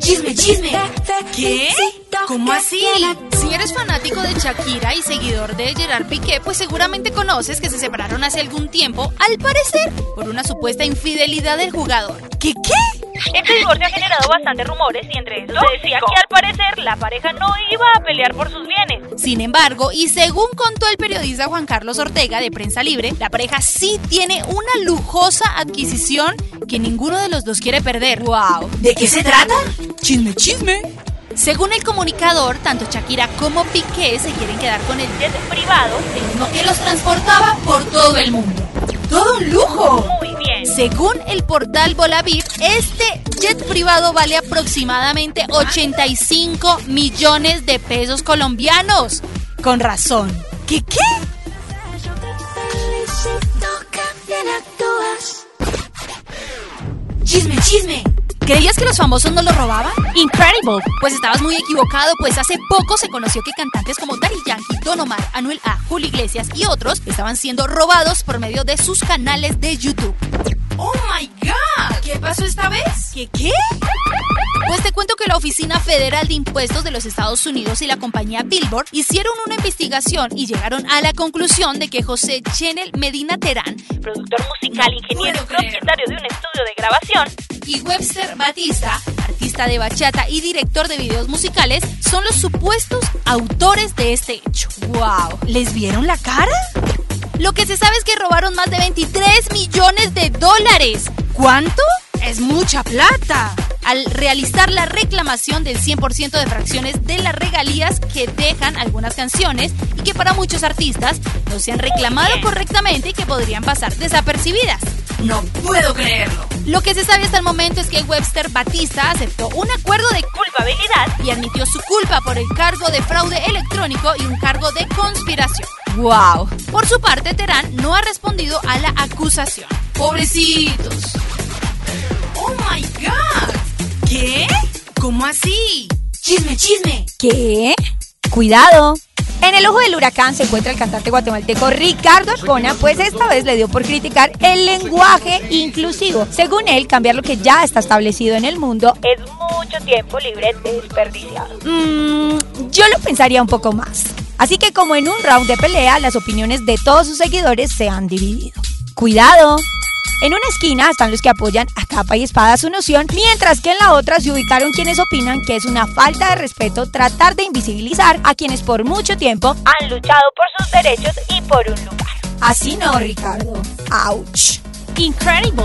chisme, chisme. ¿Qué? ¿Cómo así? Si eres fanático de Shakira y seguidor de Gerard Piqué, pues seguramente conoces que se separaron hace algún tiempo, al parecer, por una supuesta infidelidad del jugador. ¿Qué qué? Este divorcio ha generado bastantes rumores y entre ellos se decía que al parecer la pareja no iba a pelear por sus bienes. Sin embargo, y según contó el periodista Juan Carlos Ortega de Prensa Libre, la pareja sí tiene una lujosa adquisición que ninguno de los dos quiere perder. ¡Wow! ¿De qué se trata? Chisme, chisme. Según el comunicador, tanto Shakira como Piqué se quieren quedar con el Jet privado, mismo que los transportaba por todo el mundo. Todo un lujo. muy bien. Según el portal Volaviv, este jet privado vale aproximadamente 85 millones de pesos colombianos. Con razón. ¿Qué qué? Chisme, chisme. ¿Creías que los famosos no lo robaban? Incredible. Pues estabas muy equivocado, pues hace poco se conoció que cantantes como Daddy Yankee, Don Omar, Anuel A, Julio Iglesias y otros estaban siendo robados por medio de sus canales de YouTube. Oh my god. ¿Qué pasó esta vez? ¿Qué qué? Pues te cuento que la Oficina Federal de Impuestos de los Estados Unidos y la compañía Billboard hicieron una investigación y llegaron a la conclusión de que José Chenel Medina Terán Productor musical, puedo ingeniero, creer. propietario de un estudio de grabación. y Webster Batista, artista de bachata y director de videos musicales, son los supuestos autores de este hecho. ¡Wow! ¿Les vieron la cara? Lo que se sabe es que robaron más de 23 millones de dólares. ¿Cuánto? Es mucha plata. Al realizar la reclamación del 100% de fracciones de las regalías que dejan algunas canciones y que para muchos artistas no se han reclamado correctamente y que podrían pasar desapercibidas. No puedo creerlo. Lo que se sabe hasta el momento es que Webster Batista aceptó un acuerdo de Culpabilidad. y admitió su culpa por el cargo de fraude electrónico y un cargo de conspiración. ¡Wow! Por su parte, Terán no ha respondido a la acusación. Pobrecitos. Oh my god. ¿Qué? ¿Cómo así? Chisme, chisme. ¿Qué? Cuidado. En el ojo del huracán se encuentra el cantante guatemalteco Ricardo Arjona, pues esta vez le dio por criticar el lenguaje inclusivo. Según él, cambiar lo que ya está establecido en el mundo, Es mucho tiempo libre desperdiciado. mm, yo lo pensaría un poco más. Así que como en un round de pelea, las opiniones de todos sus seguidores se han dividido. Cuidado. En una esquina están los que apoyan a capa y espada su noción, mientras que en la otra se ubicaron quienes opinan que es una falta de respeto tratar de invisibilizar a quienes por mucho tiempo Han luchado por sus derechos y por un lugar. Así no, Ricardo. Ouch. Incredible.